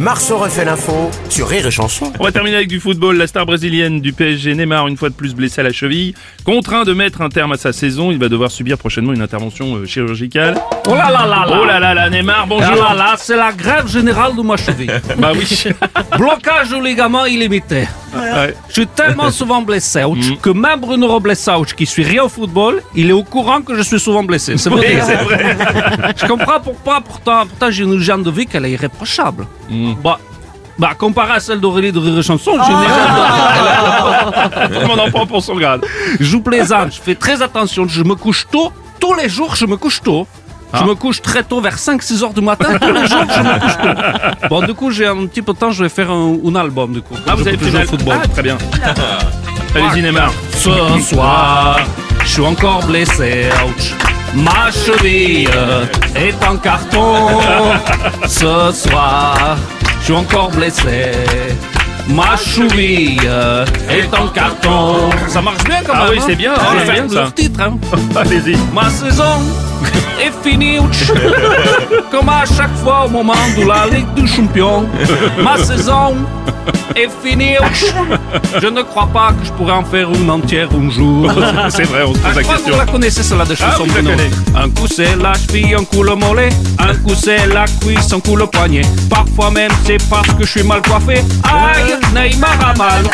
Marceau refait l'info sur Rire et Chanson. On va terminer avec du football. La star brésilienne du PSG Neymar, une fois de plus blessée à la cheville, contraint de mettre un terme à sa saison. Il va devoir subir prochainement une intervention euh, chirurgicale. Oh là là là là Oh là là là, Neymar, Ah bonjour. là là, c'est la grève générale de ma cheville. Bah oui. Blocage au ligament illimité. Ouais. Je suis tellement souvent blessé ouch, que même Bruno Robles ouch, qui suit rien au football, il est au courant que je suis souvent blessé. C'est Oui, vrai. c'est vrai. Je comprends pourquoi, pourtant, pourtant j'ai une jambe de vie qu'elle est irréprochable. Bah, bah, comparé à celle d'Aurélie de Rire et Chanson, j'ai une jambe de vie Tout le monde en prend pour son grade. Je vous plaisante, je fais très attention, je me couche tôt. Tous les jours, je me couche tôt. Ah. Je me couche très tôt, vers 5-6 heures du matin. Tous les jours, je me couche tôt. Bon, du coup, j'ai un petit peu de temps, je vais faire un, un album, du coup. Ah, vous Je avez joue fait toujours le au football. football. très bien. Allez-y, Neymar. Ce soir, je suis encore blessé. ouch. Ma cheville est en carton. Ce soir, je suis encore blessé. Ma cheville est en carton. Ça marche bien quand Ah même. oui, hein. c'est bien, Ah, c'est on a bien, fait ça. plusieurs titres, hein. Allez-y. Ma saison est finie, ouch. comme à chaque fois au moment de la Ligue du Champion. Ma saison est finie, ouch. Je ne crois pas que je pourrais en faire une entière un jour. C'est vrai, on se pose Je la crois que question. vous la connaissez celle-là de Ah, chanson oui, je la Bruno. connais. Un coup c'est la cheville, un coup le mollet, un coup c'est la cuisse, un coup le poignet. Parfois même c'est parce que je suis mal coiffé. Aïe, Neymar a mal.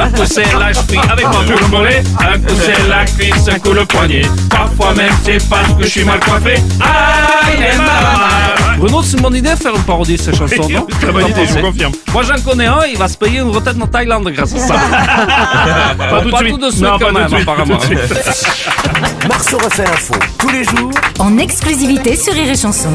Un coup c'est la cheville, avec un coup le mollet, un coup c'est la cuisse, un coup le poignet. Parfois même c'est parce que je suis mal coiffé. Aïe, Neymar a mal. Bruno, c'est mon idée de faire une parodie de cette chanson, non Très bonne idée, je vous confirme. Moi j'en connais un, il va se payer une retraite en Thaïlande grâce à ça. Pas tout de suite. Non, pas quand tout de même, suite, pas tout de apparemment. suite. Marceau refait l'info tous les jours en exclusivité sur Rire et Chanson.